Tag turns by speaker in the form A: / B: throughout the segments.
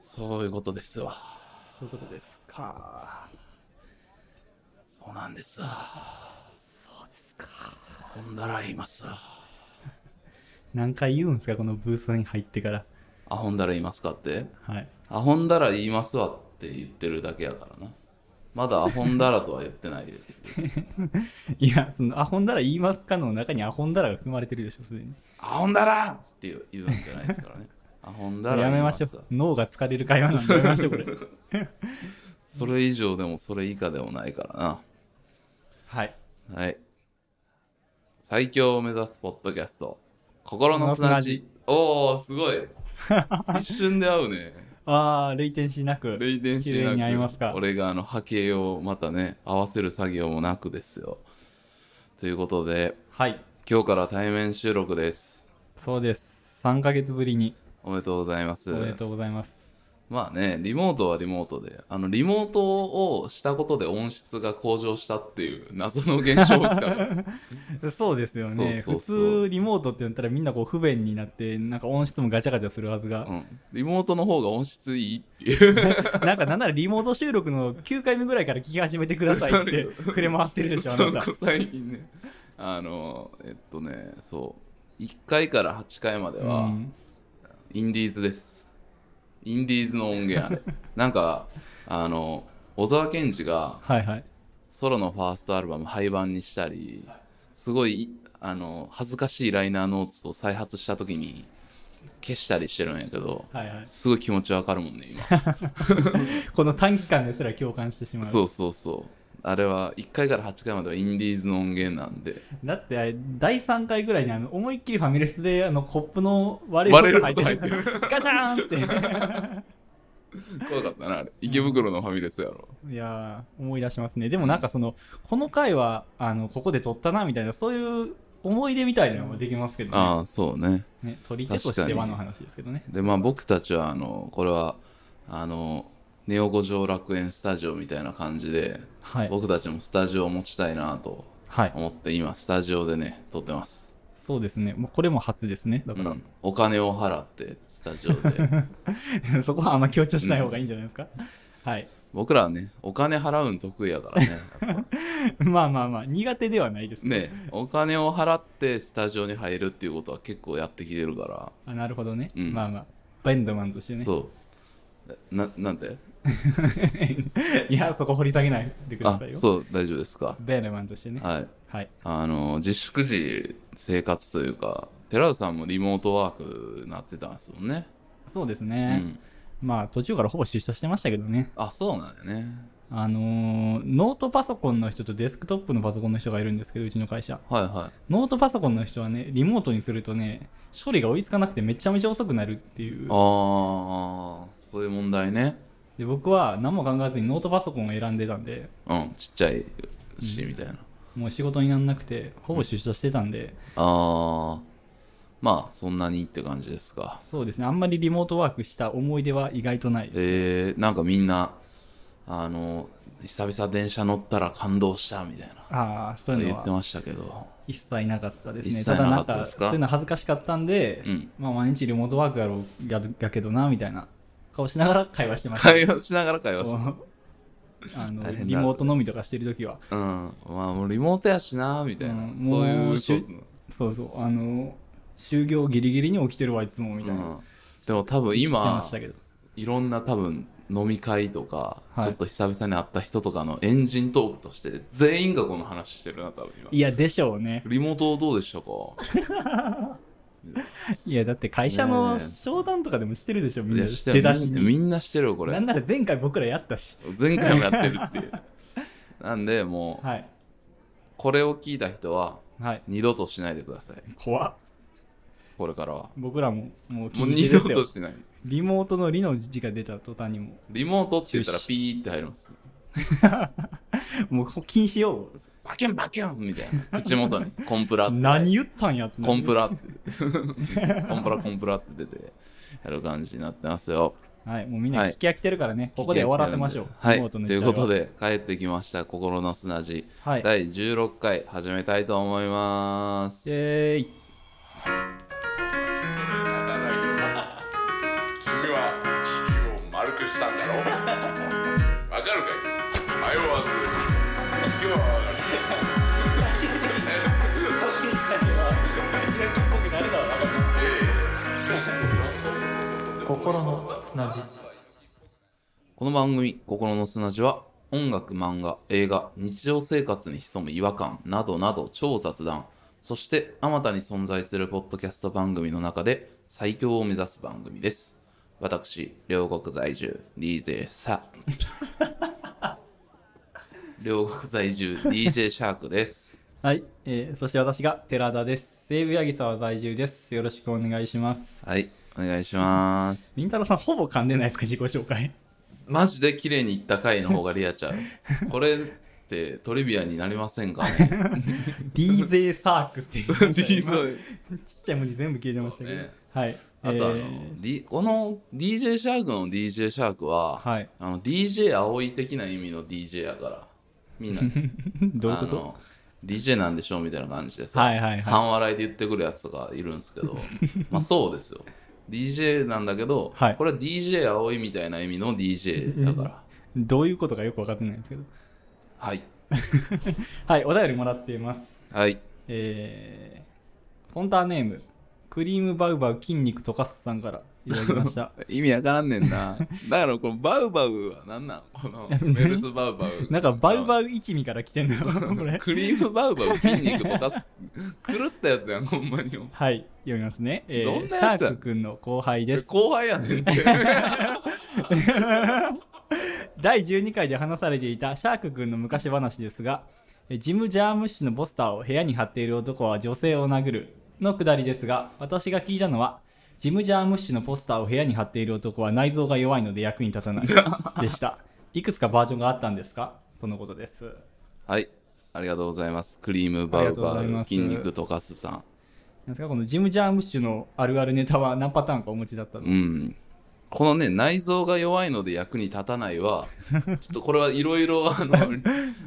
A: そういうことですわ。
B: そういうことですか。
A: そうなんですわ。
B: そうですか。
A: ほんだら言いますわ。
B: 何回言うんですか、このブースに入ってから。
A: あほんだら言いますかって
B: はい。
A: あほんだら言いますわって言ってるだけやからな。まだあほんだらとは言ってないです。
B: いや、その、アホンダラ言いますかの中にアホンダラが含まれてるでしょ、すでに。
A: あほんだらって言う言うんじゃないです からね。あほんだら
B: や
A: 言
B: め
A: い
B: ま
A: ます
B: しょ
A: わ
B: う。脳が疲れる会話なんでやめましょう、これ。
A: それ以上でもそれ以下でもないから
B: はい。
A: な。はい。最強を目指すポッドキャスト。心の砂地。おおすごい。 一瞬で合うね。
B: ああ、類転しなく。
A: 霊電子
B: 綺麗に合いますか
A: 俺があの波形をまたね、合わせる作業もなくですよ。ということで、
B: はい。
A: 今日から対面収録です。
B: そうです。3ヶ月ぶりに。
A: おめでとうございます。
B: おめでとうございます。
A: まあね、リモートはリモートで、あの、リモートをしたことで音質が向上したっていう謎の現象が起きたから。
B: そうですよね
A: そうそうそう
B: 普通リモートってなったらみんなこう不便になってなんか音質もガチャガチャするはず が
A: う、ん。リモートの方が音質いいっていう。
B: なんかなんならリモート収録の9回目ぐらいから聞き始めてくださいって触れ回ってるでしょあなた
A: そう最近ね。あの、えっとね、そう。1回から8回までは、
B: うん
A: インディーズです。インディーズの音源あ れ。なんか、あの、小沢健二が
B: はいはい
A: ソロのファーストアルバム廃盤にしたり、すごい、あの、恥ずかしいライナーノーツを再発した時に消したりしてるんやけど、
B: はいはい
A: すごい気持ちわかるもんね、今。
B: この短期間ですら共感してしまう
A: そうそうそう。あれは1回から8回まではインディーズの音源なんで、
B: だってあれ第3回ぐらいにあの思いっきりファミレスであのコップの割
A: 割
B: れ
A: れ
B: る
A: る
B: 音入って
A: 音入っ
B: る
A: てる。
B: ガチャーンっ
A: 怖かったな、あれ。池袋のファミレスやろ。
B: ていやー思い出しますねでもなんかそのこの回はあのここで撮ったなみたいなそういう思い出みたいなのもできますけどね
A: ああ、そうね。
B: ね、取り手としてはの話ですけどね。
A: でまあ僕たちはあのこれはあのネオ五条楽園スタジオみたいな感じで、
B: はい。
A: 僕たちもスタジオを持ちたいなと
B: はい。
A: 思って今スタジオでね撮ってます、
B: そうですね。もうこれも初ですね。だ
A: う
B: から、
A: ん、お金を払ってスタジオ で
B: そこはあんま強調しない方がいいんじゃないですか。はい。
A: 僕らはねお金払うん得意や からねやっぱ
B: まあまあまあ、苦手ではないですね。
A: ねお金を払ってスタジオに入るっていうことは結構やってきてるか
B: あなるほどね。
A: うん
B: まあまあ。バンドマンとして
A: ら、
B: ね。
A: そうななんで
B: いや、そこ掘り下げないでくだ
A: あ
B: さいよ。
A: そう大丈夫ですか
B: バンドマンとしてね。
A: はい
B: はい。
A: あの自粛時生活というか寺田さんもリモートワークなってたんですもんね、
B: そうです
A: う
B: ね。
A: ん、
B: まあ、途中からほぼ出社してましたけどね。
A: あそうなんだね
B: あのーノートパソコンの人とデスクトップのパソコンの人がいるんですけど、うちの会社。
A: はいは
B: ノートパソコンの人はね、リモートにするとね、処理が追いつかなくてめちゃめちゃ遅くなるってい
A: いうあ。ーそういう問題ね
B: で、僕は何も考えずにノートパソコンを選んでたんで、
A: うんちっちゃいし、みたいな
B: もう仕事にならなくて、ほぼ出社してたんで、
A: あーまあそんなにって感じですか
B: そうですね、あんまりリモートワークした思い出は意外とないです。
A: えー、なんかみんなあの久々電車乗ったら感動したみたいな
B: ああ、そういう
A: 言
B: の
A: って
B: は
A: ましたけど
B: 一切なかったです
A: 一
B: ね。
A: 切
B: た
A: な
B: だ
A: か
B: な
A: っ
B: ん
A: たで
B: か、
A: す
B: そ
A: か
B: ういうの恥ずかしかったんで、
A: うん
B: まあ毎日リモートワークやろう、ややけどな、みたいな顔しながら会話してました。
A: 会話しながら会話して
B: こうあの
A: 大変だ
B: リモート飲みとかしてるときは、
A: うんまあもうリモートやしなみたいな、
B: うん
A: そうい
B: も
A: う
B: うし
A: そう
B: そうそう、あの、就業ギリギリに起きてるわ、いつも、みたいな。
A: うん、でも多分
B: 言ってま
A: 今
B: したけど。
A: いろんな多分飲み会とか、
B: はい
A: ちょっと久々に会った人とかのエンジントークとして全員がこの話してるな多分今
B: いや、でしょうね。
A: リモートどうでしたか
B: いや、だって会社の
A: ねえ
B: 商談とかでもしてるでしょ、み
A: い
B: ん
A: や
B: な。
A: して
B: 出
A: る
B: だし
A: みんな
B: に。
A: みんなしてるよこ
B: な
A: れ
B: んなら前回僕らやったし。
A: 前回もやってるっていう なんでもう、
B: はい。
A: これを聞いた人は
B: はい。
A: 二度としないでください
B: 怖っ。
A: これからは
B: 僕らも、もう
A: もう
B: 禁
A: 二
B: 止で
A: 度
B: すよ
A: と。しない
B: リモートのリの字が出た途端にも
A: リモートって言ったら
B: 中止
A: ピーって入ります
B: う、もう禁止用語。
A: バキュンバキュンみたいな口元にコンプラって
B: 何言ったんやってなる。
A: コンプラって、コンプラコンプラって出てやる感じになってますよ。
B: はい、もうみんな聞き飽きてるからね、ここで終わらせましょう。
A: はい。
B: リモー
A: と
B: トの
A: い
B: 時
A: う
B: 代は
A: こと。で、帰ってきました、心の砂地、
B: はい。
A: 第16回、始めたいと思います。
B: えーい。
C: 君は地球を丸く心の砂地
A: この番組「心の砂地」は音楽漫画映画日常生活に潜む違和感などなど超雑談そしてあまたに存在するポッドキャスト番組の中で最強を目指す番組です私両国在住 DJ サ両国在住 DJ シャークです
B: はい、えーそして私が寺田です西武八木沢在住ですよろしくお願いします
A: はいお願いします
B: りんたろーさんほぼ噛んでないですか自己紹介
A: マジで綺麗にいった回の方がリアちゃうこれってトリビアになりませんかね
B: DJ サークっていう ちっ
A: DV
B: ちゃい文字全部消えてましたけど、
A: そうね
B: はい
A: あとあの、
B: えー
A: D- この DJ シャークの DJ シャークは、
B: はい
A: あの DJ 葵的な意味の DJ やからみんな
B: どういうこ
A: あ
B: と
A: の DJ なんでしょうみたいな感じでさ、
B: はいはいはい
A: 半笑いで言ってくるやつとかいるんですけ どまあそうですよ DJ なんだけど、
B: はい
A: これは DJ 葵みたいな意味の DJ だから
B: どういうことかよく分かってないんですけど
A: はい
B: はいお便りもらっています
A: はい
B: えー、フォンターネームクリームバウバウ筋肉とかすさんからいただきました
A: 意味わからんねん なだからこのバウバウは何なんこのメルズバウバウ
B: なんかバウバウ一味から来てんだよこれ
A: クリームバウバウ筋肉とか す狂ったやつやんほんまに
B: はい読みますね、え
A: どん
B: ー、シ
A: な
B: ャ
A: やつや
B: ークくんの後輩です
A: 後輩や ねんって
B: 第12回で話されていたシャーク君の昔話ですがえジム・ジャームッシュのポスターを部屋に貼っている男は女性を殴るのくだりですが私が聞いたのはジム・ジャームッシュのポスターを部屋に貼っている男は内臓が弱いので役に立たな いでしたいくつかバージョンがあったんですかとのことです
A: はいありがとうございますクリームバ
B: あ
A: ウ
B: りがとうご
A: バ
B: ざい
A: ウ
B: ます
A: 筋肉とかすさん
B: なんですかこのジム・ジャームッシュのあるあるネタは何パターンかお持ちだったの
A: うんこのね内臓が弱いので役に立たない はちょっとこれはいろいろあの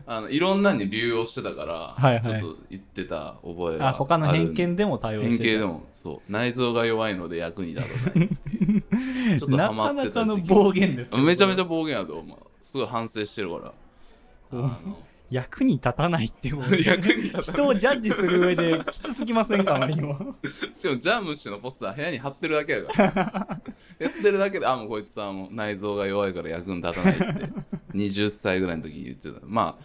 A: あのいろんなに流用してたから
B: はいはい
A: ちょっと言ってた覚えが
B: あ他の
A: ある
B: 偏見でも対応して
A: 偏
B: た
A: 見でもそう内臓が弱いので役に立たないって いうちょっとハ
B: な
A: マ
B: か
A: っ
B: な
A: て
B: か
A: た
B: の
A: 時期
B: 暴言です
A: めちゃめち
B: ゃ
A: ゃ暴言やと思うすごい反省してるからあの
B: 役に立たないっ てもう
A: 役に立たない
B: 人をジャッジする上できつすぎませんかあまりにも
A: しかもジャームッシュのポスター部屋に貼ってるだけやから やってるだけであもうこいつはもう内臓が弱いから役に立たないって20歳ぐらいの時に言ってたま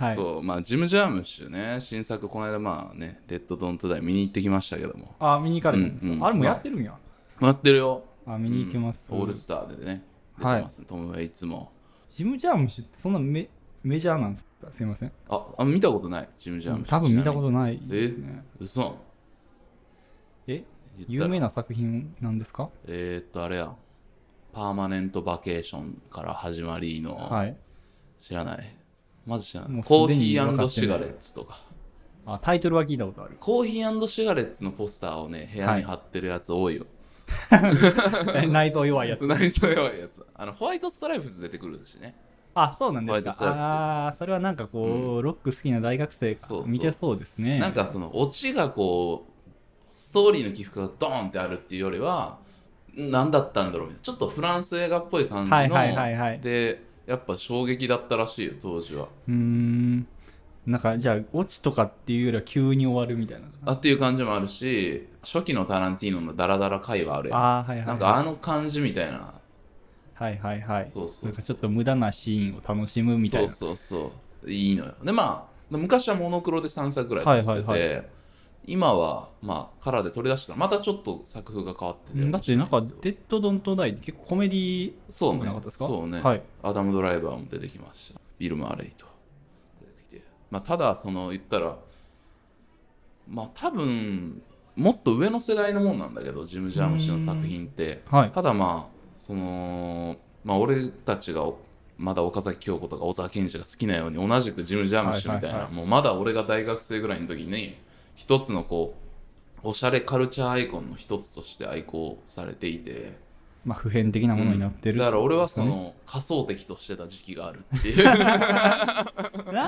A: あ、
B: はい
A: そうまあジム・ジャームッシュね新作この間まあね「デッド・ドン・ト・ダイ」見に行ってきましたけども
B: あ見に行かれたんですか、
A: うんうん
B: あれもやってるんや、
A: 待ってるよ
B: あ見に行きます、
A: うんオールスターでね出て
B: はい
A: ますね、トム・ウェイツも
B: ジム・ジャームッシュってそんなメメジャーなんですかすいません
A: ああ見たことないジム・ジャームッシュ
B: 多分見たことないですね
A: と嘘
B: え
A: 言ったら
B: 有名な作品なんですか
A: えー、っとあれやパーマネント・バケーションから始まりの、
B: はい
A: 知らない。まず知らな
B: もう
A: い。
B: すでに
A: コーヒ
B: 分か
A: ー
B: って
A: シ
B: る
A: ガレッツとか。
B: あタイトルは聞いたこ とある
A: コーヒーシガレッツのポスターをね、部屋に貼ってるやつ多いよ。
B: え内臓弱いやつ
A: 何それはやつ。あの、ホワイトストライプス出てくるしね。
B: あそうなんです
A: ホワイ
B: か
A: トストライプス
B: ああーそれはなんかこう、ロック好きな大学生が
A: そうそう
B: 見てそうですね
A: なんかその、オチがこう、ストーリーの起伏がドーンってあるっていうよりは、何だったんだろうみたいな。ちょっとフランス映画っぽい感じの。
B: はいはいはいはい
A: で、やっぱ衝撃だったらしいよ、当時は。
B: うーんなんかじゃあ落ちとかっていうよりは急に終わるみたいな
A: あっていう感じもあるし、初期のタランティーノのダラダラ会話あるやん。
B: あーはいはいはい
A: なんかあの感じみたいな。
B: はいはいはい
A: そうそうそう
B: なんかちょっと無駄なシーンを楽しむみたいな
A: そうそうそういいのよでまあ昔はモノクロで3作ぐらい撮ってて、
B: はいはい
A: 今はまあカラーで取り出したからまたちょっと作風が変わって
B: うん
A: て
B: だってなんか「デッド・ドント・ダイ」って結構コメディ
A: そう
B: な
A: ね
B: かったですか
A: そうね、
B: はい
A: アダム・ドライバーも出てきましたビル・マーレイと出てきて、まあ、ただその言ったらまあ多分もっと上の世代のもんなんだけどジム・ジャーム氏の作品って
B: はい
A: ただまあそのまあ俺たちがおまだ岡崎京子とか小沢健二が好きなように同じくジム・ジャーム氏みたいな、
B: はいはいはい
A: もうまだ俺が大学生ぐらいの時に一つのこうおしゃれカルチャーアイコンの一つとして愛好されていて
B: まあ普遍的なものになってる、
A: だから俺はその仮想的としてた時期があるっていう
B: なん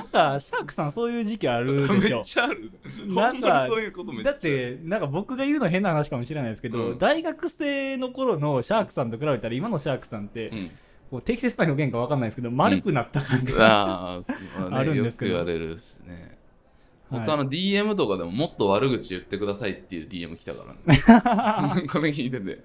B: かシャークさんそういう時期あるで し
A: め
B: ょ
A: っちゃある
B: な
A: なんん
B: か
A: かそういうことめっちゃ
B: だってなんか僕が言うの変な話かもしれないですけど、
A: うん
B: 大学生の頃のシャークさんと比べたら今のシャークさんって、
A: うん
B: こう適切な表現か分かんないですけど丸くなった感じ、
A: ああ、そう
B: あ
A: だ
B: る
A: ね、
B: ん
A: よ
B: です
A: く
B: けど
A: 言われるしね。
B: はい
A: 僕あの DM とかでももっと悪口言ってくださいっていう DM 来たから ね。これ聞いてて。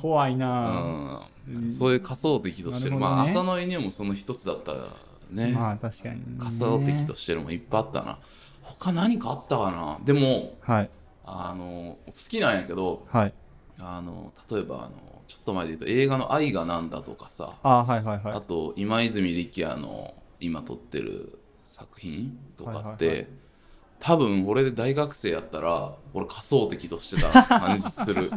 B: 怖いな
A: う
B: うん
A: ん、そういう仮想敵としてる。
B: なるほどね
A: まあ、浅野犬もその一つだったら
B: あ
A: ね。
B: まあ確かに、ね、
A: 仮想敵としてるもいっぱいあったな。他何かあったかなでも、
B: はい
A: あの、好きなんやけど、
B: はい
A: あの、例えば、あの、ちょっと前で言うと映画の愛がなんだとかさ、
B: あーはいはいはい
A: あと今泉力也の今撮ってる作品とかって、
B: はいはいは
A: 多分俺で大学生やったら俺仮想的としてたなって感じす る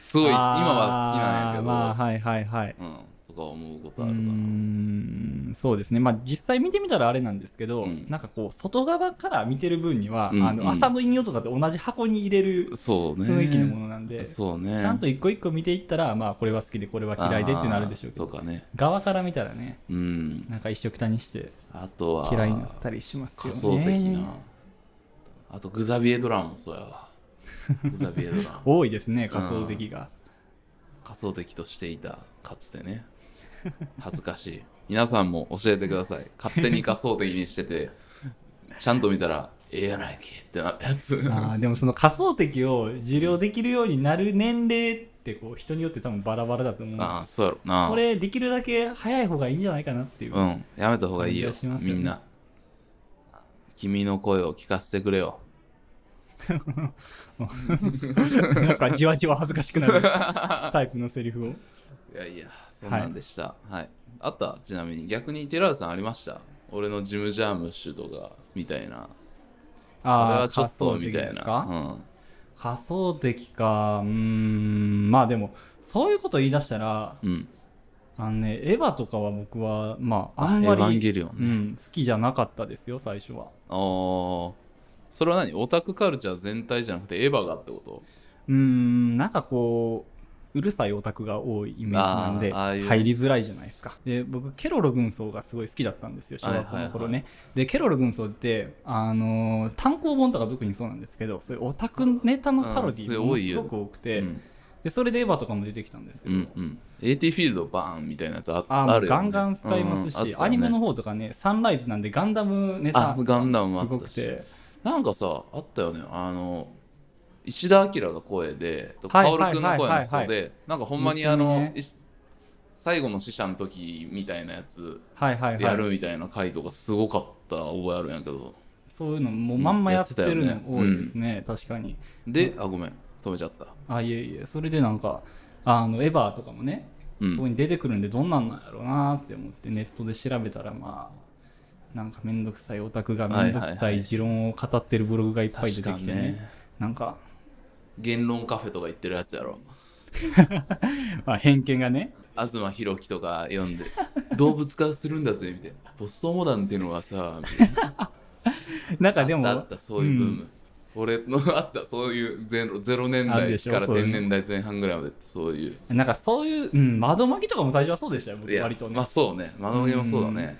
A: すごい今は好きなんやけ
B: あー
A: ど、
B: まあはいはいはい
A: うん、とか思うこ
B: う
A: と
B: ー
A: あるかなん
B: そうですねまあ実際見てみたらあれなんですけど、
A: うん
B: なんかこう外側から見てる分には、
A: うん
B: あ
A: うん
B: の朝の引用とかと同じ箱に入れる
A: そうね
B: 雰囲気のものなんで、
A: そうね
B: ちゃんと一個一個見ていったらまあこれは好きでこれは嫌いでってなるでしょうけ
A: あー
B: ど
A: とかね
B: 側から見たらね
A: うん
B: なんか一緒くたにして
A: あとは
B: 嫌いになったりしますよね
A: 仮想的なあとグザビエドランもそうやわグザビエドラン
B: 多いですね仮想的が、
A: 仮想的としていたかつてね恥ずかしい皆さんも教えてください勝手に仮想的にしててちゃんと見たらええやないけってなったやつ
B: あーでもその仮想的を受領できるようになる年齢ってこう人によって多分バラバラだと思うんですよ
A: ああそうやろな
B: これできるだけ早い方がいいんじゃないかなっていう、
A: うんやめた方がいいよ
B: 感じがしますよ
A: み
B: ね
A: んな君の声を聞かせてくれよ
B: なんかじわじわ恥ずかしく なるタイプのセリフを
A: いやいやそんなんでしたはい、あったちなみに逆に寺内さんありました俺のジムジャームッシュとかみたいなそれはちょっとみたい
B: 仮想的です
A: な、う
B: か
A: ん、
B: 仮想的かうーんまあでもそういうこと言い出したら
A: うん
B: あのねエヴァとかは僕はまあ
A: あ
B: あんま
A: エヴァン
B: り、
A: ゲリオンね
B: うん、好きじゃなかったですよ最初は
A: あーそれは何オタクカルチャー全体じゃなくてエヴァがってこと
B: うーんなんかこううるさいオタクが多いイメージなんで
A: あーああいうね
B: 入りづらいじゃないですかで僕ケロロ軍曹がすごい好きだったんですよ小学校
A: はい
B: の頃ね、
A: はいはい
B: でケロロ軍曹って、あのー単行本とか特にそうなんですけどそういうオタクネタのパロディ
A: うん
B: ー
A: それ
B: も
A: 多い
B: す
A: よ
B: ごく多くて、
A: うん
B: でそれでエヴァとかも出てきたんですけ
A: う
B: ど、
A: んうん、AT フィールドバーンみたいなやつあ
B: あ
A: あ
B: ーも
A: る
B: う
A: よ、ね、
B: ガンガン使いますし、
A: うんうんあったよね
B: アニメの方とかねサンライズなんでガンダムネタ
A: あガンダムもあ
B: すご
A: った
B: く
A: してなんかさあったよねあの石田明が声でと
B: はい
A: 薫君の声
B: は
A: の
B: いはいはいは
A: 人
B: い
A: でなんかほんまにあの、
B: 娘ね
A: いし最後の死者の時みたいなやつ
B: はいはい
A: や
B: はい
A: るみたいな回とかすごかった覚えあるんやけど
B: そういうのもまんまやってる
A: やってたよ
B: の
A: ね
B: 多いですね、確かに
A: で、あごめん止めちゃった
B: あいえいえそれでなんかあのエヴァとかもね、
A: うん
B: そこに出てくるんでどんなんなんやろうなって思ってネットで調べたらまあなんか面倒くさいオタクが面倒
A: は
B: く
A: いは
B: さ
A: いはい
B: い持論を語ってるブログがいっぱい
A: 確
B: 出て
A: か
B: き
A: に
B: てね
A: ね
B: なんか、
A: 言論カフェとか行ってるやつやろ
B: まあ、偏見がね
A: 東博樹とか読 んで動物化するんだぜみたいなポストモダンっていうのはさみたいな
B: なんかでも
A: あったあったそういうブーム、
B: ん
A: 俺のあったそういうゼロゼロ年
B: ある
A: 代
B: でしょ
A: から
B: そういう
A: 天然代前半ぐらいまでってそういう
B: なんかそういう、うん、窓巻きとかも最初はそうでしたよ
A: い
B: 僕
A: や
B: 割とね、
A: まあそうね窓上もそうだね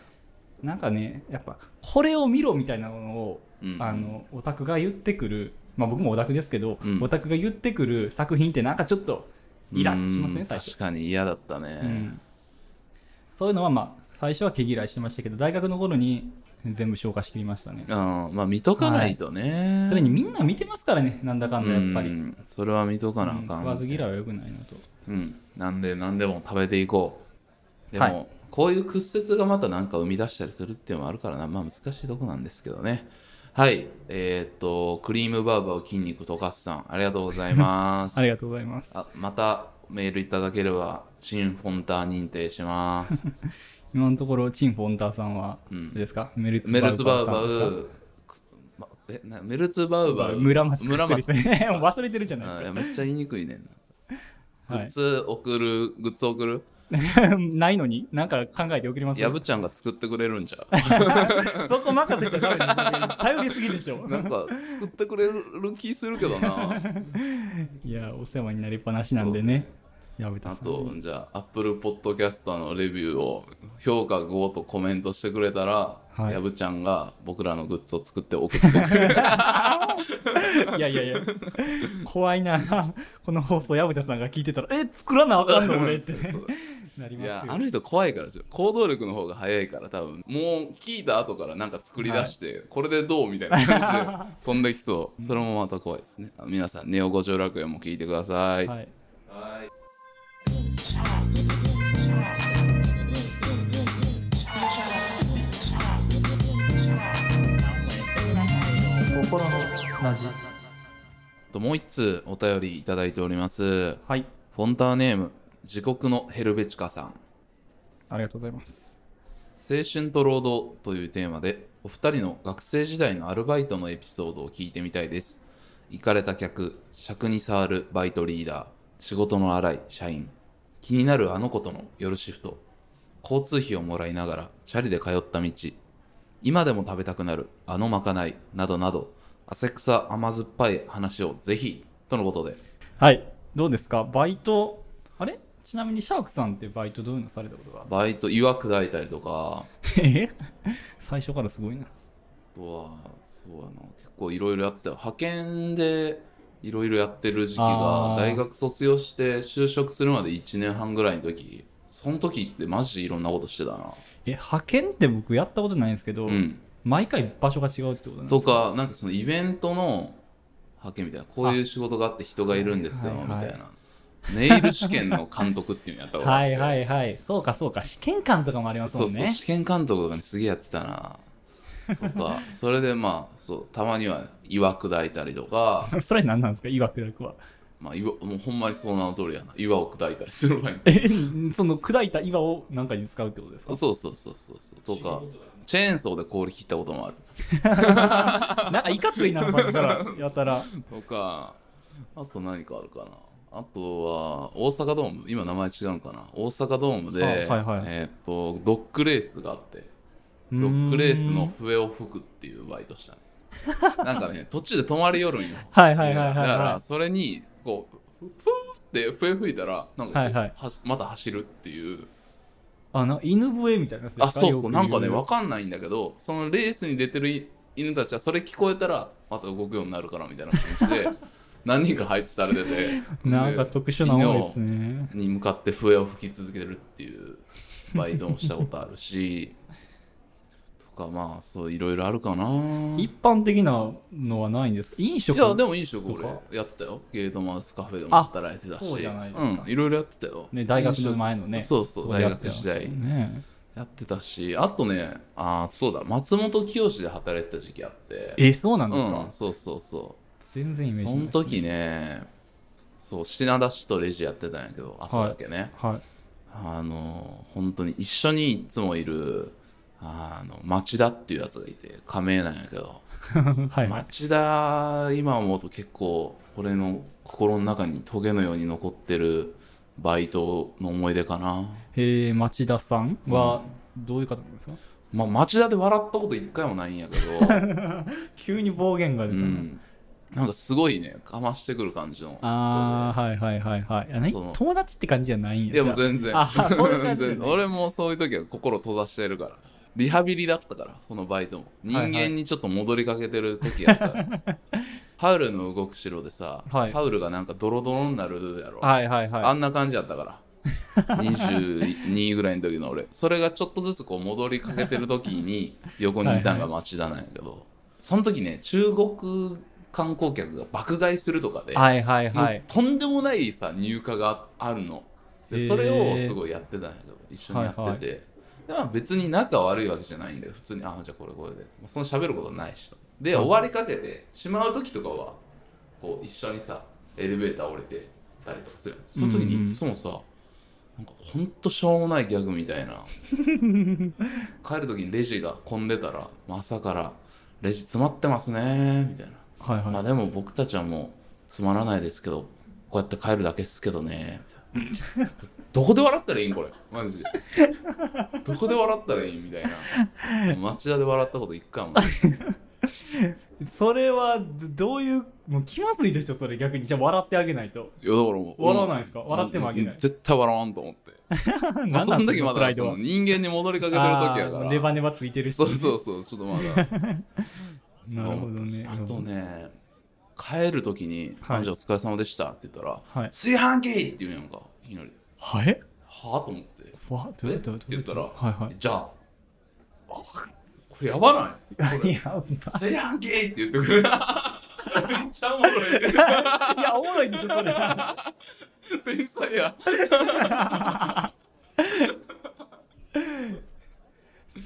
B: なんかねやっぱこれを見ろみたいなものを、
A: うん
B: あのオタクが言ってくるまあ僕もオタクですけど、
A: うん
B: オタクが言ってくる作品ってなんかちょっとイラッとします
A: う
B: ね
A: ん
B: 最初
A: 確かに嫌だった
B: う
A: ね
B: ん、そういうのはまあ最初は毛嫌いしてましたけど大学の頃に全部消化しきりましたね
A: うんまあ見とかないとね、
B: それにみんな見てますからねなんだかんだやっぱり、
A: う
B: うん
A: んそれは見とかなあ
B: 食
A: かん、
B: わず嫌いはよくないなと
A: うん、なんで何でも食べていこうでも、
B: はい
A: こういう屈折がまた何か生み出したりするっていうのもあるからなまあ難しいとこなんですけどねはいえーっとクリームバーバーを筋肉溶かすさんありがとうございます
B: ありがとうございます
A: あまたメールいただければチンフォンター認定します
B: 今のところチン・フォンターさんは、
A: うん
B: ですかメルツ・
A: メルツバウバ
B: さんですか
A: ウくまえなメルツバウバウ
B: 村松
A: 村松
B: ですねもう忘れてるじゃ
A: あ
B: な い
A: い
B: で
A: やめっちゃ言いにくいねんな、
B: はい
A: グッズ送るグッズ送る
B: すかないのになんか考えて送ります
A: やぶちゃんが作ってくれるんじゃう
B: そこ任せちゃダメです頼りすぎでし ょ
A: なんか作ってくれる気するけど な。
B: いやお世話になりっぱなしなんでねやめた
A: あ
B: さんに
A: と、じゃあ、Apple Podcast のレビューを評価5とコメントしてくれたら、
B: はい
A: やぶちゃんが僕らのグッズを作って送ってくれる。
B: いやいやいや、怖いな、この放送、薮田さんが聞いてたら、え、作らなあかんの、俺ってね、なり
A: い
B: ますよ
A: やあの人怖いからですよ行動力の方が早いから多分もう聞いた後からなんか作り出して、これでどうみたいな感 じで飛んできそうそれもまた怖いですねあ皆さんネオ五条楽園も聞いてください、
B: はい
C: 心の砂地
A: ともう一通お便りいただいております
B: はい
A: フォンターネーム地獄のヘルベチカさん
B: ありがとうございます
A: 青春と労働というテーマでお二人の学生時代のアルバイトのエピソードを聞いてみたいです行かれた客尺に触るバイトリーダー仕事の荒い社員気になるあの子との夜シフト交通費をもらいながらチャリで通った道今でも食べたくなるあのまかないなどなど浅草甘酸っぱい話をぜひとのことで
B: はいどうですかバイトあれちなみにシャークさんってバイトどういうのされたことが
A: バイト岩砕いたりとか
B: え最初からすごいな
A: あとはそうやな結構いろいろやってたよ派遣でいろいろやってる時期が
B: あー
A: 大学卒業して就職するまで1年半ぐらいの時その時ってマジでいろんなことしてたな
B: え派遣って僕やったことないんですけど、
A: うん
B: 毎回場所が違うってことなんです
A: とかなんかそのイベントの派遣みたいなこういう仕事があって人がいるんですよ
B: はい
A: み
B: はいはい
A: たいなネイル試験の監督っていうのやったことあっ
B: は
A: て
B: いはいはいそうかそうか試験官とかもあります
A: そ
B: も
A: うんそう
B: ね
A: 試験監督とかにすげえやってたなとかそれでまあそうたまには岩砕いたりとか
B: それ何なんですか岩砕くは
A: まあ、岩もうほんまにその名の通りやな岩を砕いたりする前に
B: えその砕いた岩を何かに使うってことですか
A: そうそうそうそうそうとかチェーンソーで氷切ったこともある
B: なんかいかついなさっきからや たら
A: とかあと何かあるかなあとは大阪ドーム今名前違うのかな大阪ドームで、
B: あはいはい
A: えー、とドッグレースがあって
B: ロ
A: ドッグレースの笛を吹くっていうバイトした ねなんかね途中で止まり寄るんよ
B: はいはいはいは
A: だ
B: い
A: から
B: は
A: それにこうふふーって笛吹いたらなんかこう
B: はいはい
A: はしまた走るっていう
B: いあなんか犬笛みたいなやつですか
A: あそうそうなんかね
B: よ
A: わ
B: く
A: かんないんだけどそのレースに出てるい犬たちはそれ聞こえたらまた動くようになるからみたいな感 じで何人か配置されてて
B: 言うなんか特殊なものですね
A: でに向かって笛を吹き続けてるっていうバイトもしたことあるしとかまあそういろいろあるかな
B: 一般的なのはないんですか飲食
A: いやでも飲食
B: とか
A: 俺やってたよゲートマウスカフェでも働いてたし
B: そうじゃないですか
A: うん、いろいろやってたよ、
B: ね、大学の前のね
A: そうそう大学時代
B: ね
A: やってたしあとねあーそうだ松本清で働いてた時期あって
B: えそうなんですか、
A: うん、そうそうそ
B: 全然イ
A: う
B: メージない
A: その時ねそう品田市とレジやってたんやけど朝だけね、
B: はい
A: あの本当に一緒にいつもいるあの町田っていうやつがいて仮名なんやけど
B: はいはい
A: 町田今思うと結構俺の心の中にトゲのように残ってるバイトの思い出かな
B: えー、町田さんはどういう方なんですか、
A: まあ町田で笑ったこと一回もないんやけど、
B: 急に暴言が
A: う
B: 出たな、
A: ん、なんかすごいねかましてくる感じの人で
B: ああはいはいはいはいあ何
A: その
B: 友達って感じじゃないんや
A: いやもう
B: じゃあ
A: 全然
B: あそういう感じね
A: 全然俺もそういう時は心閉ざしてるからリハビリだったからそのバイトも人
B: はいはい
A: 間にちょっと戻りかけてる時や ったから、ハウルの動く城でさ、
B: はい
A: ハウルがなんかドロドロになるやろ、
B: はいはい
A: あ
B: は
A: んな感じやったから 22ぐらいの時の俺それがちょっとずつこう戻りかけてる時に横にいたのが町田なんやけど、その時ね中国観光客が爆買いするとかで
B: いはいはい
A: もう
B: はい
A: とんでもないさ入荷があるの
B: へ
A: で
B: ー
A: それをすごいやってたんやけど一緒にやってて、
B: はいはい
A: でまあ別に仲悪いわけじゃないんで普通にあじゃあこれこれでまあそんな喋ることないしとで、
B: はい
A: 終わりかけてしまう時とかはこう一緒にさエレベーター降りてたりとかするやんその時
B: うんう
A: に
B: ん
A: いつもさ、なんかほんとしょうもないギャグみた いな帰る時にレジが混んでたらまあ朝から「レジ詰まってますね」みたいな
B: はい
A: まあ
B: は
A: でも僕たちはもうつまらないですけどこうやって帰るだけですけどねみたいな どこで笑ったらいいんこれマジでどこで笑ったらいいんみたいな町田で笑ったこと一回もない
B: いそれはどどういうもう気まずいでしょそれ逆にじゃあ笑ってあげないと
A: いやだからもう
B: 笑わないですか笑ってもあげない
A: 絶対笑わんと思って
B: 何
A: まあその時ま
B: プラ
A: だ
B: イ
A: そ
B: ドは
A: の人間に戻りかけてる時やか
B: あ
A: ら
B: ーネバネバついてるし
A: そうそうそうちょっとまだ
B: なるほどね
A: あとね帰る時に「
B: はい
A: 彼女お疲れ様でした」って言ったら
B: は
A: 「
B: い
A: 炊飯器!」って言うんやんかいきなり
B: はい
A: 「はあと思って
B: ふわどういうこと
A: えって言ったら
B: はいは
A: じゃあこれやばない
B: い。いや、
A: せやんけーって言ってくれる。めっ ちゃおもろい。
B: いやおもろいんですよ、こ れ。
A: 天才や。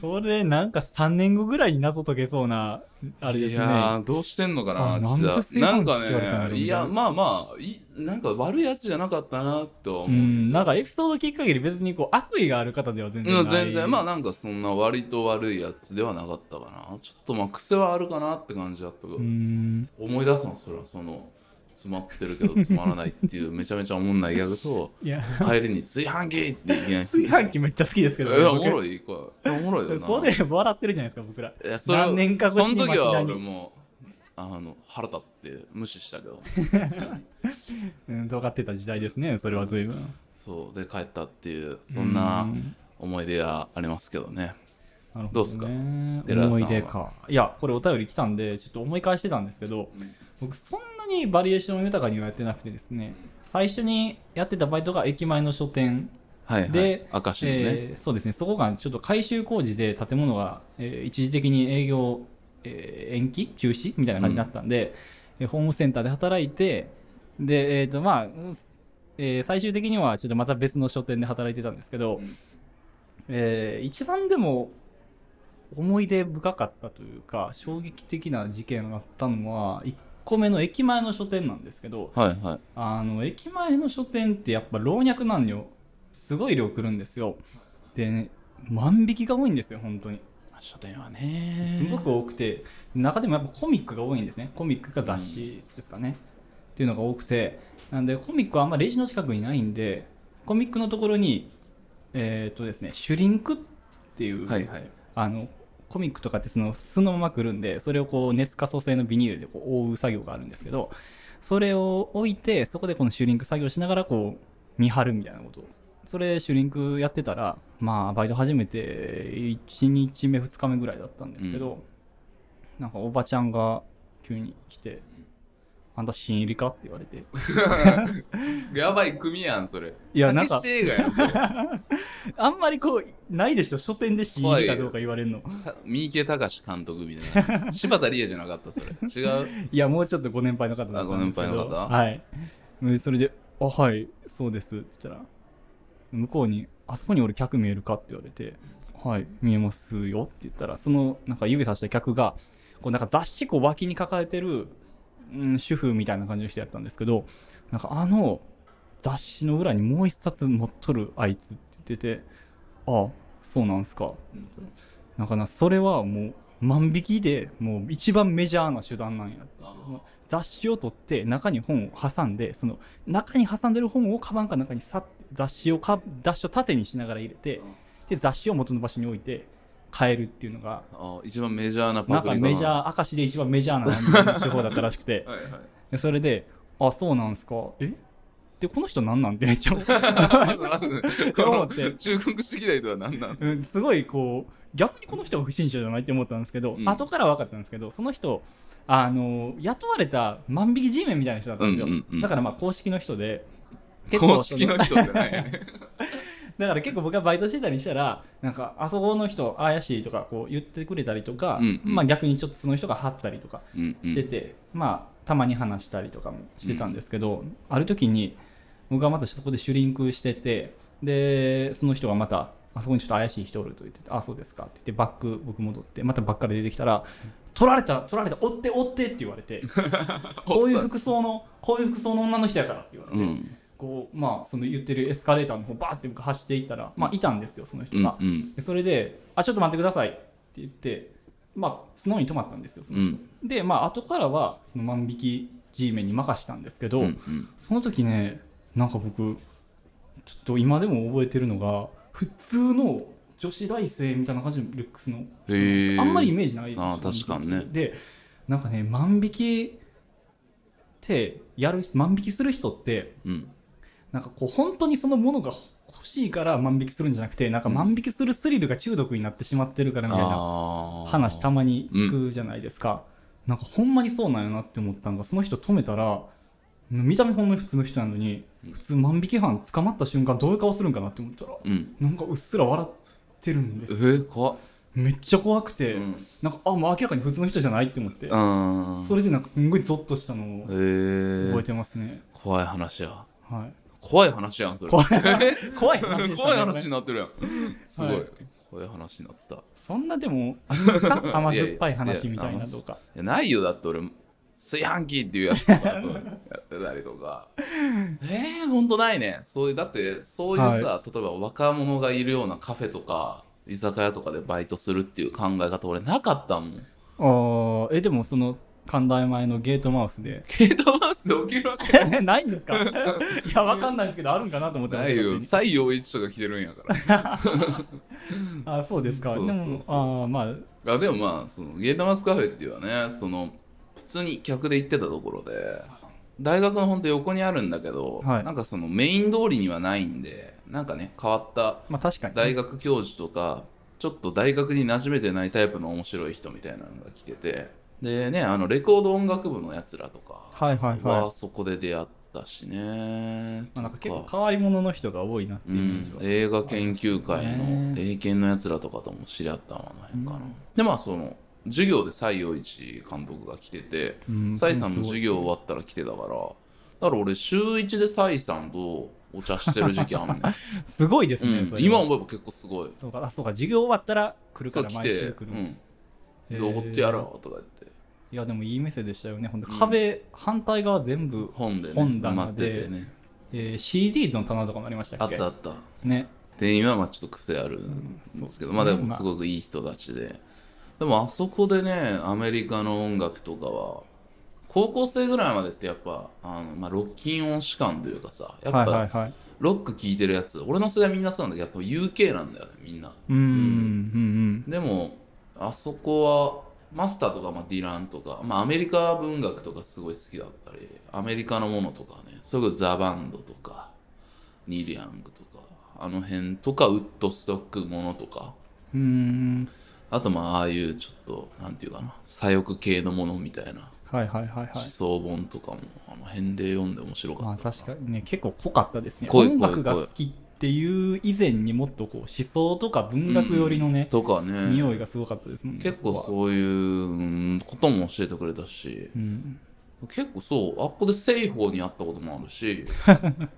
B: それ、なんか3年後ぐらいに謎解けそうな、あれで
A: い
B: す
A: や
B: ね。
A: ー、どうしてんのか
B: あ
A: な、
B: なん
A: 実
B: で
A: は
B: 炊飯器
A: なんか
B: って言われたんやろ
A: ね、いや、まあまあ、いなんか悪いやつじゃなかったなとは
B: う
A: 思う。うん
B: ん、なんかエピソード聞く限り別にこう悪意がある方では全然ない。
A: 全然、まあなんかそんな割と悪いやつではなかったかな。ちょっとまあ癖はあるかなって感じだったけど、
B: うん。
A: 思い出すの、それはその、詰まってるけどつまらないっていうめちゃめちゃおもんないギャグと、
B: いや、
A: 帰りに炊飯器っていきなり。
B: 炊飯器めっちゃ好きですけど、
A: いや、お
B: 僕
A: もろい、これ。おもろいよな。
B: それ笑ってるじゃないですか、僕ら。
A: いやそれは
B: 何年か越しに
A: その時
B: 町
A: は
B: 田に
A: 俺もあの腹立って無視したけど
B: うん、どうかってた時代ですね、それは随分。
A: そうで帰ったっていうそんな
B: うん
A: 思い出がありますけどね
B: なるほ
A: どうっすか
B: ね
A: 寺田さんは
B: 思い出か。いや、これお便り来たんで、ちょっと思い返してたんですけど、
A: うん
B: 僕そんなにバリエーション豊かにはやってなくてですね、最初にやってたバイトが駅前の書店
A: はいはい
B: で
A: 明石のね、
B: えーそうですね、そこがちょっと改修工事で建物が、えー一時的に営業、えー延期中止みたいな感じになったんで、えーホームセンターで働いて、で、えっ、と、まあ、うんえー最終的にはちょっとまた別の書店で働いてたんですけど、
A: うん
B: えー一番でも思い出深かったというか、衝撃的な事件があったのは、1個目の駅前の書店なんですけど、
A: はいはい
B: あの駅前の書店ってやっぱ老若男女すごい量来るんですよでね万引きが多いんですよ本当に
A: 書店はね
B: すごく多くて中でもやっぱコミックが多いんですねコミックか雑誌ですかね、っていうのが多くてなんでコミックはあんまレジの近くにないんでコミックのところにえーっとですねシュリンクっていう、
A: はいはい
B: あのコミックとかってそのそのまま来るんでそれをこう熱可塑性のビニールでこう覆う作業があるんですけどそれを置いてそこでこのシュリンク作業しながらこう見張るみたいなことをそれシュリンクやってたらまあバイト始めて1日目2日目ぐらいだったんですけど、なんかおばちゃんが急に来て「あんた新入りか?」って言われて
A: やばい組やんそれ
B: いやなんか
A: たけし映画やんそれ
B: あんまりこうないでしょ書店で新入りかどうか言われるの
A: 三池隆監督みたい な柴田理恵じゃなかったそれ違う
B: いや、もうちょっとご年配の方だったんですけど。
A: あご年配の方
B: はい。でそれで、あ、はい、そうです。って言ったら、向こうに、あそこに俺客見えるかって言われて、はい、見えますよって言ったら、その、なんか指さした客が、こうなんか雑誌こう脇に抱えてる、うん、主婦みたいな感じの人やったんですけど、なんかあの、雑誌の裏にもう一冊持っとるあいつって言ってて、ああ、そうなんすかなんかな、それはもう万引きで、もう一番メジャーな手段なんや。雑誌を取って中に本を挟んで、その中に挟んでる本をカバンか中にさって雑誌をか、雑誌を縦にしながら入れて、で、雑誌を元の場所に置いて変えるっていうのが、
A: あ一番メジャーな
B: な
A: パ
B: ん
A: ク
B: か
A: リ
B: メジ
A: ー
B: ャー、明石で一番メジャーな万引きの手法だったらしくて、
A: はいはい
B: でそれで、あ、そうなんすか、えで、この人なんなんてめっちゃ思って
A: まずまずこ
B: 思
A: の
B: って
A: 中国式代とは何なん
B: うん、すごいこう逆にこの人が不審者じゃないって思ったんですけど、
A: うん
B: 後から分かったんですけどその人あの雇われた万引き G メンみたいな人だったんですよ、
A: うんうんうん
B: だからまあ公式の人で
A: 公式
B: その
A: の人じゃないよね
B: だから結構僕がバイトしてたりしたらなんかあそこの人怪しいとかこう言ってくれたりとか、
A: うんうん
B: まあ、逆にちょっとその人が張ったりとか
A: うんうん
B: してて、まあたまに話したりとかもしてたんですけど、ある時に僕がまたそこでシュリンクしててでその人がまた「あそこにちょっと怪しい人おる」と言ってて「あそうですか」って言ってバック僕戻ってまたバックから出てきたら「取られた取られた追って追って」って言われ て「こういう服装のこういう服装の女の人やから」って言われて。
A: うん
B: こうまあ、その言ってるエスカレーターの方バーって僕走っていったら、まあ、いたんですよその人
A: うん
B: が、
A: うん
B: でそれで「あちょっと待ってください」って言って、まあ、スノーに止まったんですよその人、でまあ後からはその万引き G メンに任したんですけど、
A: うんうん
B: その時ねなんか僕ちょっと今でも覚えてるのが普通の女子大生みたいな感じのルックスの
A: へえ
B: あんまりイメージない
A: あー確かにね
B: でなんかね万引きってやる万引きする人って
A: うん
B: なんかこう本当にそのものが欲しいから万引きするんじゃなくてなんか万引きするスリルが中毒になってしまってるからみたいな
A: あー
B: 話たまに聞くじゃないですか、なんかほんまにそうなんやなって思ったのがその人止めたら見た目ほんまに普通の人なのに普通万引き犯捕まった瞬間どういう顔するんかなって思ったら
A: うん
B: なんかうっすら笑ってるんで
A: え
B: す
A: ー、怖っ
B: めっちゃ怖くて、
A: うん
B: なんかあもう明らかに普通の人じゃないって思って
A: うん
B: それでなんかすんごいゾッとしたの
A: え
B: を覚え
A: ー、
B: てますね、
A: 怖い話や
B: はい
A: 怖い話やんそれ
B: 怖い
A: え
B: 怖い話でしたね
A: 怖い話
B: こ
A: に
B: れ
A: なってるやんすごい、
B: はい
A: 怖い話になってたい
B: そんなでもあ りますか甘酸っぱ
A: い
B: い
A: やい
B: 話
A: や
B: みたいなとか
A: やないよだって俺炊飯器っていうやつとかとやってたりとかえー、ほんとないねそういうだってそういうさ、例えば若者がいるようなカフェとか居酒屋とかでバイトするっていう考え方俺なかったもん
B: あーえでもその寛大前のゲートマウスで
A: ケータマウスで起きるわけ
B: え ないんですか いやわかんないですけどあるんかなと思ってま
A: な
B: し
A: い
B: た
A: よ
B: 勝
A: 西洋一とか来てるんやから
B: 手にあそうですか
A: そうそうそう
B: でもあーまあ
A: あでもまあそのゲータマスカフェっていうのはねその普通に客で行ってたところで大学のほんと横にあるんだけど、
B: はい
A: なんかそのメイン通りにはないんでなんかね変わった
B: まあ確かに、
A: 大学教授とかちょっと大学に馴染めてないタイプの面白い人みたいなのが来ててでねあのレコード音楽部のやつらとか
B: はいはいはい
A: はそこで出会ったしね、
B: まあ、なんか結
A: と
B: 構変わり者の人が多いなって
A: う
B: いうイメージ
A: ん
B: は、、
A: 映画研究会の
B: ね
A: 英検のやつらとかとも知り合ったのあの辺かな、
B: うん
A: でまあその授業で西洋一監督が来てて
B: うん
A: 蔡さんも授業終
B: は
A: わったら来てたからだから俺週一で蔡さんとお茶してる時期あん ねん、
B: すごいですね、
A: うん
B: それは
A: 今思えば結構すごい
B: そうかあそうか授業終わったら来る
A: そ
B: か
A: う
B: ら
A: 来
B: 毎
A: て
B: 週来
A: う
B: る
A: ん
B: へ
A: で
B: ー
A: 奢ってやろうとか言って
B: いやでもいい店でしたよねほんで
A: うん
B: 壁、反対側全部、
A: 本でね
B: 本
A: 埋
B: 棚
A: まっててね
B: えー CD の棚とかもありました
A: あ
B: っ
A: っ
B: け
A: たあった
B: ね
A: 店員はまあちょっと癖あるんですけど、
B: うん
A: まあで
B: うん
A: も
B: まあ
A: すごくいい人たちで、でもあそこでねアメリカの音楽とかは高校生ぐらいまでってやっぱあの、まあ、ロッキン音士感というかさやっ
B: はいはい
A: ぱ
B: はい
A: ロック聴いてるやつ、俺の世代みんなそうなんだけどやっぱ UK なんだよねみんな
B: うんうん
A: でもあそこはマスターとか、まあ、ディランとか、まあ、アメリカ文学とかすごい好きだったりアメリカのものとかねそれこそザ・バンドとかニール・ヤングとかあの辺とかウッドストックものとか
B: うんうん
A: あとまあああいうちょっとなんていうかな左翼系のものみたいな
B: はいはいはいはい
A: 思想本とかもあの辺で読んで面白か
B: まあ
A: ったな
B: 確かにね結構濃かったですね
A: 濃い濃い
B: 音楽が好きっていう以前にもっとこう思想とか文学寄りのね、
A: とかね
B: 匂いがすごかったですもんね
A: 結構
B: そこは
A: そういううんことも教えてくれたし
B: うん、
A: 結構そうあっこで西方に会ったこともある し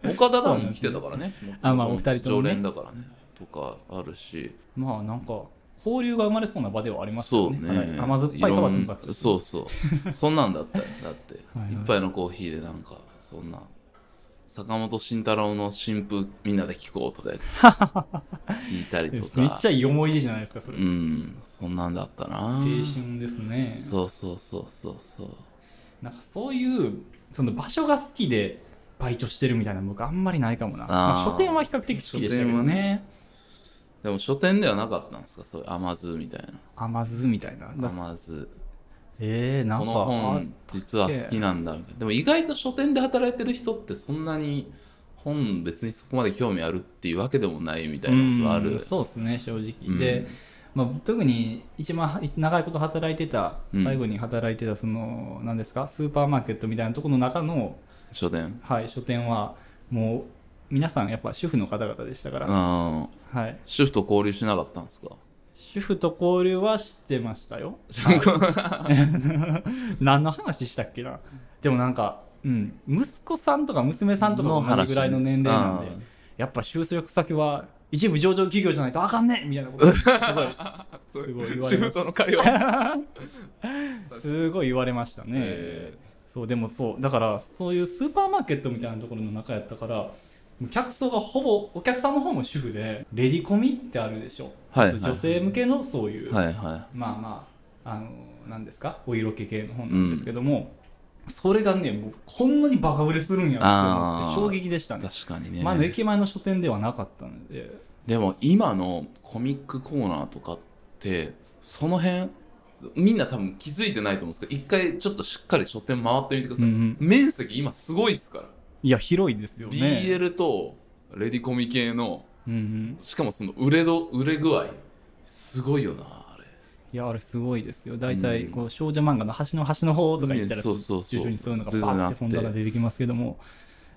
A: 岡田がも来てたからね
B: あまあお二人ともね
A: 常連だからねとかあるし
B: まあなんか交流が生まれそうな場ではあります
A: そ
B: よ
A: う
B: ね
A: ね
B: かなり甘酸っぱいとかでもよかった
A: ろん
B: です
A: そう そうそんなんだったよだって
B: はいはい
A: 一杯のコーヒーでなんかそんな坂本慎太郎の新譜みんなで聴こうとか やって聴いたりとか
B: めっちゃいい思い出じゃないですかそれ、
A: うんそんなんだったな
B: 青春ですね
A: そうそうそうそうそう
B: なんかそういうその場所が好きでバイトしてるみたいなの僕あんまりないかもなまあ書店は比較的好きでし
A: 書
B: たけ
A: 店
B: ど
A: は
B: ね
A: でも書店ではなかったんですかそういう甘酢みたい
B: 甘酢みたいな
A: な甘酢
B: えー、なん
A: こ
B: か
A: の
B: あ
A: 本実は好きなんだみたいなでも意外と書店で働いてる人ってそんなに本別にそこまで興味あるっていうわけでもないみたいなことあ
B: うん
A: る
B: そうですね正直、
A: うん
B: で、まあ、特に一番長いこと働いてた
A: うん
B: 最後に働いてたその、何ですかスーパーマーケットみたいなところの中の、
A: 書店
B: はい、書店はもう皆さんやっぱ主婦の方々でしたから、
A: うん
B: はい、
A: 主婦と交流しなかったんですか
B: 主婦と交流はしてましたよ、はい何の話したっけなでもなんか、うん、息子さんとか娘さんとかも同じぐらいの年齢なんで、
A: うん
B: やっぱ就職先は一部上場企業じゃないとあかんねみたいなことすごいすごい言われました
A: との会話
B: すごい言われましたね、
A: え
B: そうでもそうだからそういうスーパーマーケットみたいなところの中やったからもう客層がほぼお客さんの方も主婦でレディコミってあるでしょ、
A: はいはい
B: 女性向けのそういう、
A: はいは
B: まあまああの何ですかお色気系の本なんですけども、それがねもうこんなにバカ売れするんやって思って衝撃でした
A: い
B: ね
A: 確かにね、
B: 前の駅前の書店ではなかったので
A: でも今のコミックコーナーとかってその辺みんな多分気づいてないと思うんですけど一回ちょっとしっかり書店回ってみてください、
B: うんうん
A: 面積今すごいですから
B: いや広いですよね
A: BL とレディコミ系の
B: うんうん
A: しかもその売れど売れ具合すごいよなあれ
B: いやあれすごいですよ大体こう少女漫画の端の端の方とか言ったら
A: ねそうそうそう
B: 徐々にそういうのが
A: ずる
B: バー
A: な
B: っ
A: ってて
B: 本棚で出てきますけども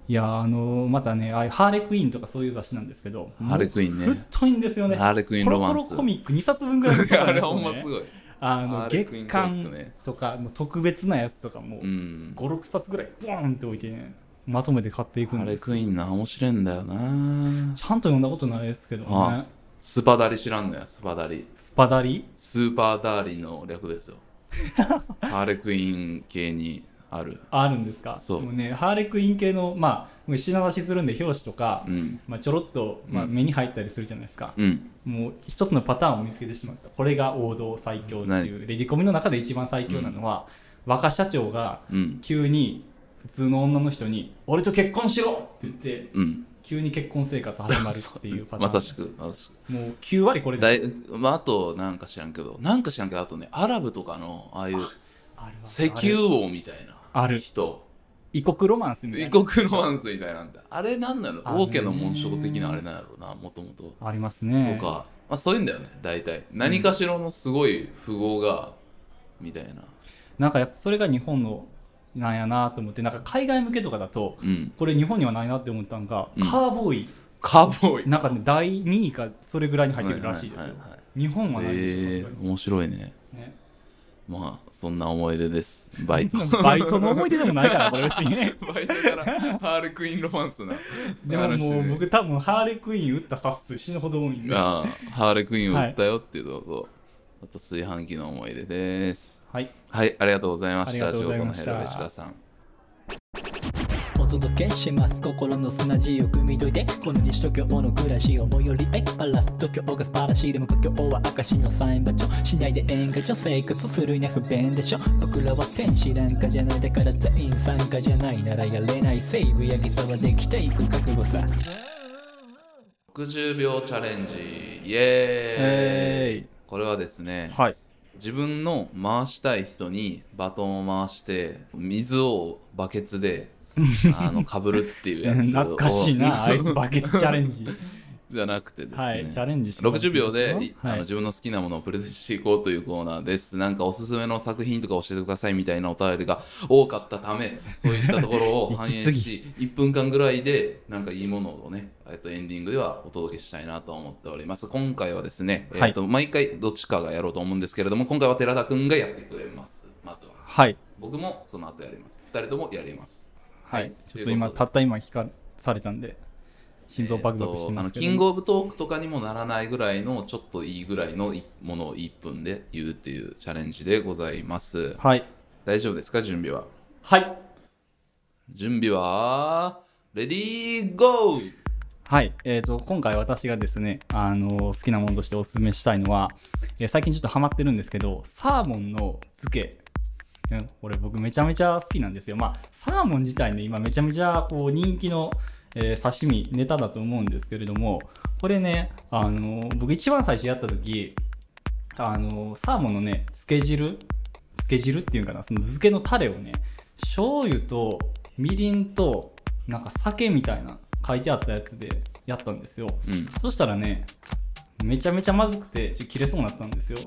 B: いやーあのーまたねああいうハーレクイーンとかそういう雑誌なんですけど
A: ハーレクイーンね
B: もう 太いんですよね
A: ハーレクイーンロマンス
B: コロコロコミック2冊分ぐらい
A: あれほんます
B: い
A: ごい。
B: あの
A: ハーレクイー
B: 月
A: ンコミック
B: 刊
A: ね
B: とかもう特別なやつとかも
A: うん。
B: 56冊ぐらいボーンって置いてねまとめて買っていく
A: ハー
B: ん
A: レ
B: です
A: クイーンな、面白いんだよな
B: ち。ゃんと読んだことないですけどね
A: あスパダリ知らんのや、スパダリ。
B: スパダリ
A: スーパーダーリの略です よ。ハーレクイーン系にある。
B: あるんですか
A: そう
B: でもねハーレクイーン系のまあ品出しするんで表紙とか、
A: うん。
B: まあ、ちょろっと、まあ、
A: うん
B: 目に入ったりするじゃないですか、
A: うん。
B: もう一つのパターンを見つけてしまったこれが王道最強っていうレディコミの中で一番最強なのは、若社長が
A: うん。
B: 急に普通の女の人に「俺と結婚しろ!」って言って
A: うん。
B: 急に結婚生活始まるっていうパターン
A: まさしく、まさしく。
B: もう9割これ
A: だ
B: で
A: いまあ、あと、なんか知らんけど、なんか知らんけど、あとね、アラブとかの、ああいう
B: あるわ
A: 石
B: ある
A: 油王みたいな
B: ある
A: 人、
B: 異国ロマンスみたい
A: 異
B: な
A: 国ロマンスみたいなんだ。あれなんなの
B: あるね
A: 王家の紋章的なあれなんやろうな、もともと。
B: あります
A: と
B: ね
A: か、まあ、そういうんだよね大体何かしらのすごい富豪が、みたいな
B: なんかやっぱそれが日本のなんやなと思ってなんか海外向けとかだと
A: うん
B: これ日本にはないなって思ったのが、
A: うん
B: カーボーイ
A: カーボーイ
B: なんかね第2位かそれぐらいに入ってくるらしいですよ、
A: ははは
B: 日本はないで
A: え
B: しょ、
A: ー、面白いね
B: ね
A: まあそんな思い出ですバイト
B: バイトの思い出でもないからこれ別に ね
A: バイトからハーレクイーンロマンスな
B: でも
A: 話
B: もう僕多分ハーレクイーン打った冊数死ぬほど多いんでは
A: ああハーレクイーンを売ったよっていうことと、あと炊飯器の思い出です
B: い
A: はいありがとうございま
B: あり
A: し
B: が
A: た
B: とう
A: 仕
B: ござい
A: 事
B: ま
A: の
B: した
A: ヘルベシカさん
D: お届けします心の砂地を汲み解いてこの西東京の暮らしを最寄りへバラす東京が素晴らしいでも故郷は証のサイン場所しないで演歌所生活するには不便でしょ僕らは天使なんかじゃないだから全員参加じゃないならやれないセーブやぎさはできていく覚悟さ
A: 60秒チャレンジイエーイ、
B: え
A: これはですね、
B: ー、はい
A: 自分の回したい人にバトンを回して水をバケツであのかぶるっていうやつを
B: 懐かしいなアイスバケツチャレンジ
A: じゃなくてですね、
B: はいチャレンジします
A: 60秒で、いあ
B: は
A: の
B: い
A: 自分の好きなものをプレゼンしていこうというコーナーですなんかおすすめの作品とか教えてくださいみたいなお便りが多かったた めそういったところを
B: 行
A: 反
B: き過ぎ
A: 映し1分間ぐらいでなんかいいものをね、えっと、エンディングではお届けしたいなと思っております今回はですね、
B: はい
A: えっと毎回どっちかがやろうと思うんですけれども今回は寺田くんがやってくれますまずは
B: はい
A: 僕もその後やります2人ともやります
B: はい、
A: はい
B: ちょっと
A: というこ
B: 今
A: とで
B: たった今引かされたんで心臓バクバクして
A: えーとあ
B: ま
A: の
B: すけど、
A: キングオブトークとかにもならないぐらいのちょっといいぐらいのいものを1分で言うっていうチャレンジでございます
B: はい
A: 大丈夫ですか準備は
B: はい
A: 準備はレディーゴー
B: はい、えー、と今回私がですね、あの好きなものとしておすすめしたいのは、えー最近ちょっとハマってるんですけどサーモンの漬け、うん、これ僕めちゃめちゃ好きなんですよまあサーモン自体ね今めちゃめちゃこう人気の、えー刺身ネタだと思うんですけれどもこれね、あの僕一番最初やった時、あのサーモンのね漬け汁漬け汁っていうんかなその漬けのタレをね醤油とみりんとなんか酒みたいな書いてあったやつでやったんですよ
A: うん
B: そしたらねめちゃめちゃまずくてちょっと切れそうになったんですよ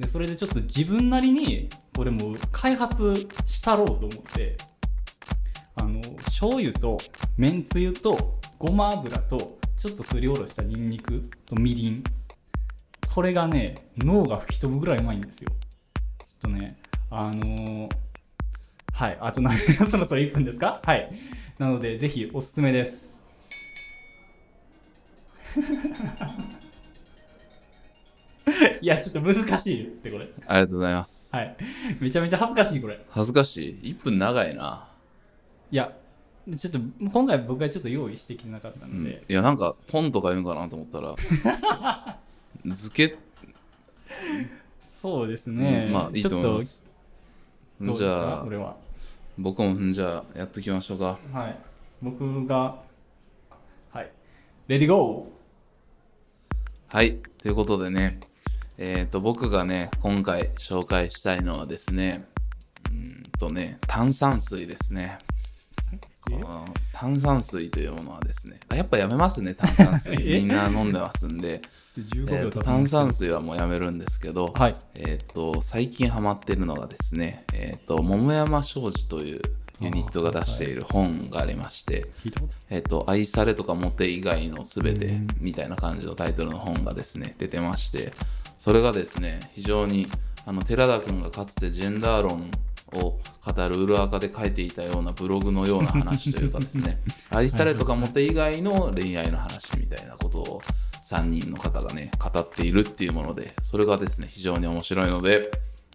B: でそれでちょっと自分なりにこれもう開発したろうと思ってあの醤油とめんつゆとごま油とちょっとすりおろしたニンニクとみりんこれがね脳が吹き飛ぶぐらいうまいんですよちょっとねあのーはいあと何 そろそろ1分ですかはいなのでぜひおすすめです いや、ちょっと難しいってこれ。
A: ありがとうございます
B: はい。めちゃめちゃ恥ずかしいこれ。
A: 恥ずかしい1分長いない
B: や、ちょっと今回僕はちょっと用意してきてなかった
A: う
B: の
A: ん
B: で、
A: いやなんか本とか読むかなと思ったら 漬け、
B: そうです
A: ね
B: ね。
A: まあいいと思います
B: ちょっとどう
A: じ
B: ですか
A: ゃあ
B: これは。
A: 僕もじゃあやっときましょうか
B: はい。僕が、はい。レディーゴ
A: はい、ということでね、えっ、と、僕がね、今回紹介したいのはですね、うーんとね、炭酸水ですね。
B: え
A: あの炭酸水というものはですねあやっぱやめますね炭酸水
B: え
A: みんな飲んでますんで、
B: 15
A: えー
B: 秒
A: と
B: 経
A: 炭酸水はもうやめるんですけど、
B: はい
A: えー、と最近ハマってるのがですね、えー、と桃山商事というユニットが出している本がありまして、
B: 聞いたこと
A: えっと、愛されとかモテ以外のすべてみたいな感じのタイトルの本がですね、出てまして、それがですね、非常に、あの、寺田くんがかつてジェンダー論を語る裏垢で書いていたようなブログのような話というかですね、愛されとかモテ以外の恋愛の話みたいなことを3人の方がね、語っているっていうもので、それがですね、非常に面白いので、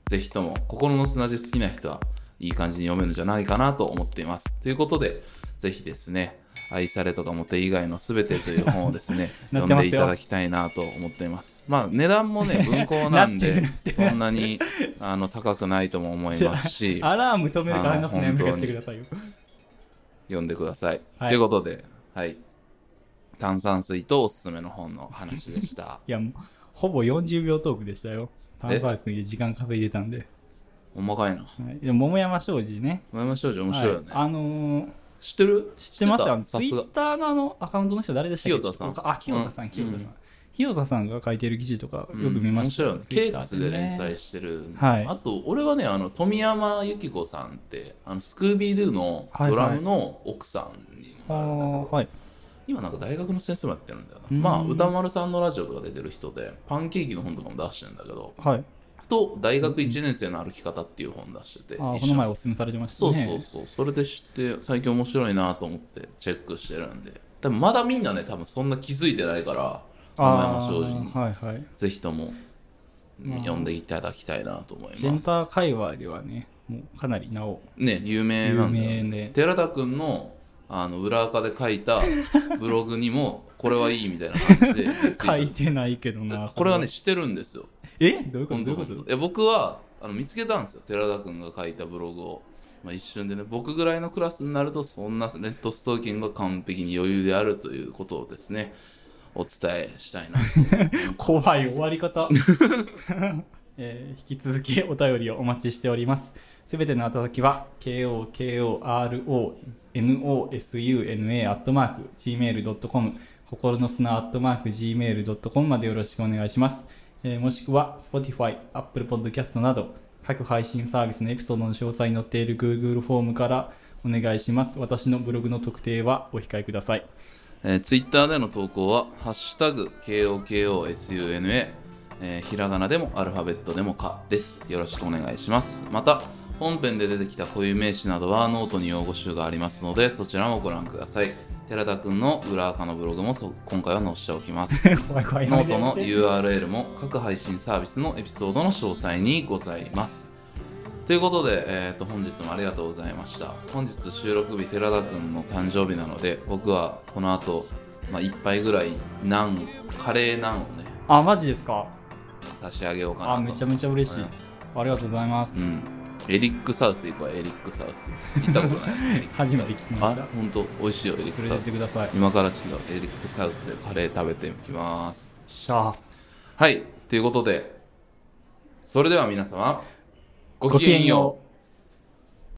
A: ぜひとも心の砂地好きな人はいい感じに読めるんじゃないかなと思っています。ということで、ぜひですね、愛されとかモテ以外のすべてという本をですね、
B: な
A: 読
B: って
A: ん
B: ま
A: です
B: よ
A: いただきたいなと思っています。まあ値段もね、 文庫なん
B: なってる
A: で
B: なって、る
A: そんなにあの高くないとも思います し、
B: アラーム止めるから話すのやめとけ
A: あの
B: してくださいよ。
A: 読んでください。
B: はい
A: ということで、はい。炭酸水とおすすめの本の話で した。
B: いや、もうほぼ40秒トークでしたよ。炭
A: え
B: 酸水で時間稼いでたんで。
A: 細かいな。
B: はい、でも桃山商事ね。
A: 前山少女面白いよね。
B: はあのー
A: 知ってる
B: 知ってます
A: た
B: よ。
A: さ
B: ツイ
A: す
B: ッ
A: が。
B: ターのあのアカウントの人誰でしたっけ
A: 清田さん
B: あ、清田さ、
A: うんん
B: 清
A: う
B: 田さ
A: ん
B: ん。清田さんが書いてる記事とかよく見ました。
A: うん面白いよねケークスで連載
B: し
A: してる、
B: はい
A: あと俺はねあの富山由紀子さんってあのスクービードゥの
B: はい
A: ド
B: はい
A: ラムの奥さんに
B: あ
A: もなるんだけど、
B: ーはい。
A: 今なんか大学の先生もやってるんだよ
B: う
A: な、
B: ん
A: まあ歌丸さんのラジオとか出てる人でパンケーキの本とかも出してるんだけど
B: はい。
A: と大学1年生の歩き方っていう本出してて、
B: あー
A: 一緒
B: この前お勧めされてました
A: そう
B: ね。
A: そうそうそれで知って最近面白いなと思ってチェックしてるんで多分まだみんなね多分そんな気づいてないから桃山
B: あ
A: 正直に
B: ーはいはい。
A: ぜひとも
B: まあ
A: 読んでいただきたいなと思います。
B: ジェンダー界隈ではね、もうかなり名を。
A: ね、有名なんだよ
B: 有名
A: ね
B: で。
A: 寺田君のあの裏垢で書い たブログにも、これはいいみたいな感じで
B: 書いてないけどな。
A: これはね、、知ってるんですよ。
B: えどういうこと
A: 本
B: ど
A: 当本
B: ういうこと
A: 当いや僕はあの見つけたんですよ。寺田君が書いたブログを。まあ、一瞬でね、僕ぐらいのクラスになると、そんなネットストーキングが完璧に余裕であるということをですね、お伝えしたいなと思います
B: 怖い終わり方、 えー引き続きお便りをお待ちしておりますすべての宛先は KOKORONOSUNA.gmail.com 心の砂 .gmail.com までよろしくお願いします、えーもしくは Spotify、Apple Podcast など各配信サービスのエピソードの詳細に載っている Google フォームからお願いします私のブログの特定はお控えください
A: えー、ツイッターでの投稿は「ハッシュタグ #KOKOSUNA」えーひらがなでもアルファベットでもかです。よろしくお願いします。また、本編で出てきた固有名詞などはノートに用語集がありますので、そちらもご覧ください。寺田くんの裏垢のブログもそ今回は載せておきます。
B: 怖い怖い
A: ノートの URL も各配信サービスのエピソードの詳細にございます。ということで、えー、と本日もありがとうございました。本日収録日、寺田くんの誕生日なので、僕はこの後、まあ、1杯ぐらいナン、カレーナンをね、
B: あマジですか
A: 差し上げようかなと
B: あめちゃめちゃ嬉しい
A: 思います
B: ありがとうございます
A: うん。エリックサウス行こう、エリックサウス。行ったこと ない。エリックサウス
B: 初めて聞きました
A: あ、ほんと、美味しいよ、エリック
B: 連
A: サ
B: れ
A: ウ
B: てって
A: ス
B: く。ださい
A: 今からちょっとエリックサウスでカレー食べてきます。
B: しゃあ
A: はい、ということで、それでは皆様、ご
B: ご
A: き
B: き
A: げ
B: げ
A: ん
B: ん
A: よ
B: よ
A: う
B: う。